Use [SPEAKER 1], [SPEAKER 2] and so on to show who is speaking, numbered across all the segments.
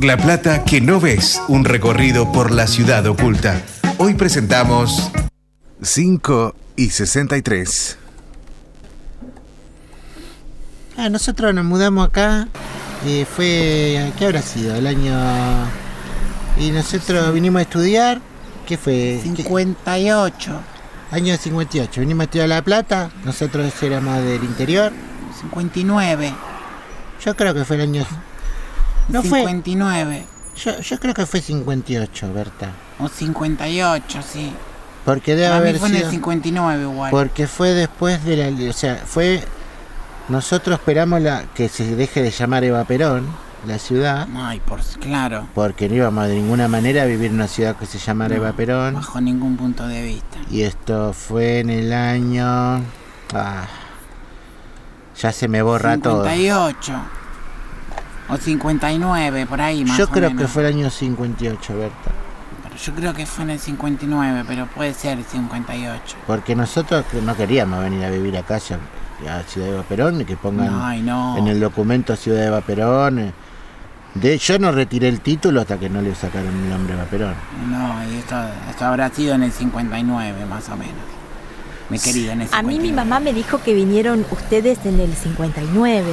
[SPEAKER 1] La plata que no ves, un recorrido por la ciudad oculta. Hoy presentamos 5 y 63.
[SPEAKER 2] Ah, nosotros nos mudamos acá, eh, fue, ¿qué habrá sido? El año... Y nosotros vinimos a estudiar, ¿qué fue? ¿Qué?
[SPEAKER 3] 58,
[SPEAKER 2] Año 58, vinimos a estudiar a La Plata, nosotros éramos del interior,
[SPEAKER 3] 59,
[SPEAKER 2] yo creo que fue el año... No fue,
[SPEAKER 3] 59
[SPEAKER 2] yo, yo creo que fue 58, Berta,
[SPEAKER 3] o 58, sí.
[SPEAKER 2] porque debe
[SPEAKER 3] Para mí
[SPEAKER 2] haber
[SPEAKER 3] fue en el
[SPEAKER 2] sido...
[SPEAKER 3] 59 igual.
[SPEAKER 2] Porque fue después de la... O sea, fue... Nosotros esperamos la, que se deje de llamar Eva Perón, la ciudad,
[SPEAKER 3] Ay, por claro,
[SPEAKER 2] porque no íbamos de ninguna manera a vivir en una ciudad que se llamara Eva Perón.
[SPEAKER 3] bajo ningún punto de vista.
[SPEAKER 2] Y esto fue en el año... ah, ya se me borra todo.
[SPEAKER 3] 58 o 59 por ahí más
[SPEAKER 2] Yo
[SPEAKER 3] o
[SPEAKER 2] creo que
[SPEAKER 3] menos.
[SPEAKER 2] fue el año 58, Berta.
[SPEAKER 3] Pero yo creo que fue en el 59, pero puede ser el 58.
[SPEAKER 2] Porque nosotros que no queríamos venir a vivir acá ya- a Ciudad Eva Perón y que pongan
[SPEAKER 3] Ay, no.
[SPEAKER 2] en el documento Ciudad Eva Perón. eh. De, yo no retiré el título hasta que no le sacaron el nombre Eva Perón.
[SPEAKER 3] No, y esto, esto habrá sido en el 59 más o menos. Mi querido, en el 59.
[SPEAKER 4] A mí mi mamá me dijo que vinieron ustedes en el 59.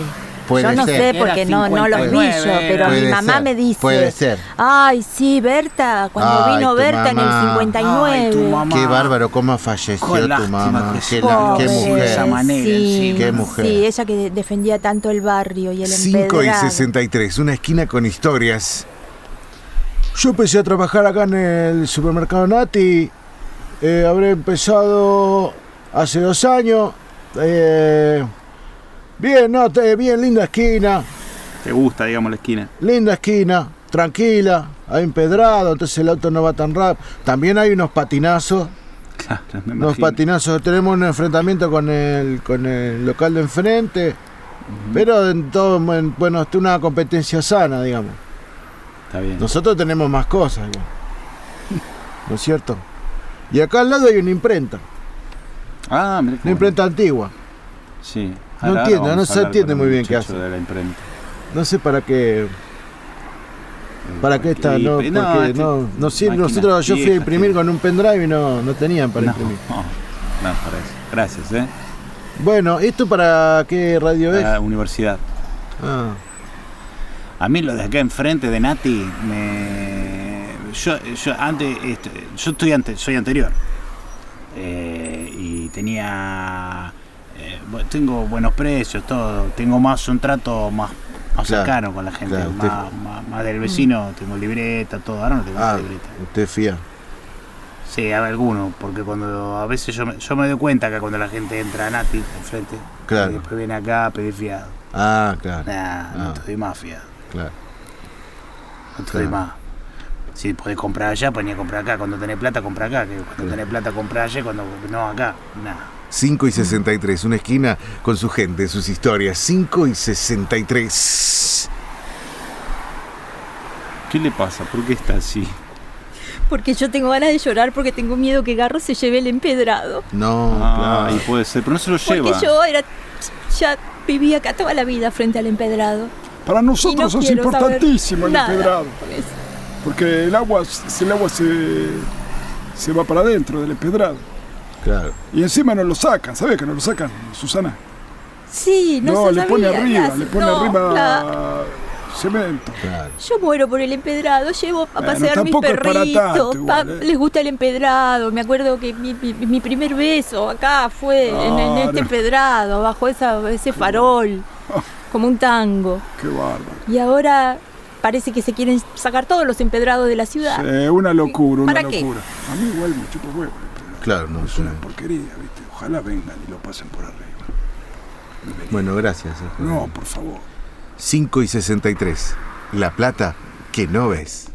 [SPEAKER 2] Puede
[SPEAKER 4] yo no
[SPEAKER 2] ser.
[SPEAKER 4] sé porque no, no los vi yo,
[SPEAKER 3] 59
[SPEAKER 4] pero
[SPEAKER 2] Puede
[SPEAKER 4] mi mamá
[SPEAKER 2] ser,
[SPEAKER 4] me dice.
[SPEAKER 2] puede ser.
[SPEAKER 4] Ay, sí, Berta, cuando
[SPEAKER 2] Ay,
[SPEAKER 4] vino
[SPEAKER 2] tu
[SPEAKER 4] Berta
[SPEAKER 2] mamá.
[SPEAKER 4] en el 59.
[SPEAKER 3] Ay, tu mamá.
[SPEAKER 2] Qué bárbaro, cómo falleció
[SPEAKER 3] Con
[SPEAKER 2] tu
[SPEAKER 3] lástima
[SPEAKER 2] mamá.
[SPEAKER 3] que
[SPEAKER 2] Qué,
[SPEAKER 3] se
[SPEAKER 2] la- qué
[SPEAKER 3] murió de
[SPEAKER 2] mujer.
[SPEAKER 3] esa manera.
[SPEAKER 4] sí,
[SPEAKER 3] encima.
[SPEAKER 2] Qué mujer.
[SPEAKER 4] Sí, ella que defendía tanto el barrio y el
[SPEAKER 1] 5 y
[SPEAKER 4] empedrado.
[SPEAKER 1] 63, una esquina con historias.
[SPEAKER 5] Yo empecé a trabajar acá en el supermercado Nati. Eh, habré empezado hace dos años. Eh, bien, no, te- bien, linda esquina.
[SPEAKER 6] Te gusta, digamos, la esquina.
[SPEAKER 5] Linda esquina, tranquila. Hay empedrado, entonces el auto no va tan rápido. También hay unos patinazos.
[SPEAKER 6] Claro, me
[SPEAKER 5] Unos
[SPEAKER 6] imagino.
[SPEAKER 5] patinazos. Tenemos un enfrentamiento con el, con el local de enfrente. Pero en todo, en- bueno, es una competencia sana, digamos.
[SPEAKER 6] Está bien.
[SPEAKER 5] Nosotros tenemos más cosas, igual. ¿no es cierto? Y acá al lado hay una imprenta,
[SPEAKER 6] Ah, mirá qué
[SPEAKER 5] una
[SPEAKER 6] bueno.
[SPEAKER 5] imprenta antigua.
[SPEAKER 6] Sí.
[SPEAKER 5] No
[SPEAKER 6] Ahora
[SPEAKER 5] entiendo,
[SPEAKER 6] vamos
[SPEAKER 5] no
[SPEAKER 6] a
[SPEAKER 5] se
[SPEAKER 6] hablar
[SPEAKER 5] entiende
[SPEAKER 6] con
[SPEAKER 5] muy
[SPEAKER 6] el
[SPEAKER 5] bien qué
[SPEAKER 6] muchacho
[SPEAKER 5] hace.
[SPEAKER 6] de la imprenta.
[SPEAKER 5] No sé para qué, para qué está,
[SPEAKER 6] Y-
[SPEAKER 5] no, porque
[SPEAKER 6] pero
[SPEAKER 5] no,
[SPEAKER 6] este-
[SPEAKER 5] no sirve.
[SPEAKER 6] máquinas
[SPEAKER 5] Nosotros, yo fui a
[SPEAKER 6] viejas,
[SPEAKER 5] imprimir
[SPEAKER 6] tío.
[SPEAKER 5] con un pendrive y no, no tenían para
[SPEAKER 6] no,
[SPEAKER 5] imprimir.
[SPEAKER 6] No, no, para eso. Gracias, ¿eh?
[SPEAKER 5] Bueno, ¿esto para qué radio es?
[SPEAKER 6] La universidad.
[SPEAKER 5] Ah,
[SPEAKER 6] A mí lo de acá enfrente de Nati, me... yo, yo antes, este, yo estoy ante- soy anterior Eh, y tenía, eh, bu- tengo buenos precios, todo, tengo más un trato más, más
[SPEAKER 5] Claro,
[SPEAKER 6] cercano con la gente,
[SPEAKER 5] claro, usted-
[SPEAKER 6] más, más- más del vecino, tengo libreta, todo, ahora no tengo
[SPEAKER 5] ah,
[SPEAKER 6] libreta.
[SPEAKER 5] usted fía.
[SPEAKER 6] Sí, a alguno, porque cuando a veces yo me, yo me doy cuenta que cuando la gente entra a Nati enfrente,
[SPEAKER 5] Claro.
[SPEAKER 6] y después viene acá a pedir fiado.
[SPEAKER 5] Ah, claro,
[SPEAKER 6] Nah,
[SPEAKER 5] Ah.
[SPEAKER 6] no te doy más fiado.
[SPEAKER 5] claro.
[SPEAKER 6] No te doy
[SPEAKER 5] Claro.
[SPEAKER 6] más. Si podés comprar allá, ponía a comprar acá. Cuando tenés plata, compra acá. Que cuando tenés plata, compra allá. y Cuando no, acá. Nada.
[SPEAKER 1] 5 y 63, una esquina con su gente, sus historias. 5 y 63.
[SPEAKER 6] ¿Qué le pasa? ¿Por qué está así?
[SPEAKER 4] Porque yo tengo ganas de llorar porque tengo miedo que Garro se lleve el empedrado.
[SPEAKER 5] No,
[SPEAKER 6] Ah,
[SPEAKER 5] claro.
[SPEAKER 6] y puede ser. Pero no se lo
[SPEAKER 4] Porque
[SPEAKER 6] lleva.
[SPEAKER 4] yo era ya vivía acá toda la vida frente al empedrado.
[SPEAKER 5] Para
[SPEAKER 4] Y no
[SPEAKER 5] nosotros
[SPEAKER 4] quiero saber nada con eso.
[SPEAKER 5] porque el agua, el agua se, se va para adentro del empedrado.
[SPEAKER 1] Claro.
[SPEAKER 5] Y encima no lo sacan, ¿sabes que no lo sacan, Susana?
[SPEAKER 4] Sí, no,
[SPEAKER 5] No,
[SPEAKER 4] se
[SPEAKER 5] le
[SPEAKER 4] sabía
[SPEAKER 5] pone
[SPEAKER 4] qué
[SPEAKER 5] arriba,
[SPEAKER 4] hace-
[SPEAKER 5] le pone
[SPEAKER 4] no,
[SPEAKER 5] arriba
[SPEAKER 4] claro.
[SPEAKER 5] cemento.
[SPEAKER 4] Yo muero por el empedrado, llevo a
[SPEAKER 5] Bueno,
[SPEAKER 4] pasear mis
[SPEAKER 5] tampoco es para tanto
[SPEAKER 4] perritos, pa-
[SPEAKER 5] igual, ¿eh?
[SPEAKER 4] les gusta el empedrado, me acuerdo que mi, mi- mi primer beso acá fue en, en este
[SPEAKER 5] Claro.
[SPEAKER 4] empedrado, bajo esa, ese farol, como un tango.
[SPEAKER 5] Qué bárbaro.
[SPEAKER 4] Y ahora parece que se quieren sacar todos los empedrados de la ciudad.
[SPEAKER 5] Eh, una locura, una
[SPEAKER 4] ¿Para qué?
[SPEAKER 5] locura. A mí igual me chupa huevo el empedrado.
[SPEAKER 1] Claro, no
[SPEAKER 5] Es una porquería, ¿viste? Ojalá vengan y lo pasen por arriba.
[SPEAKER 1] Bueno, gracias. eh.
[SPEAKER 5] No, por favor.
[SPEAKER 1] 5 y 63, la plata que no ves.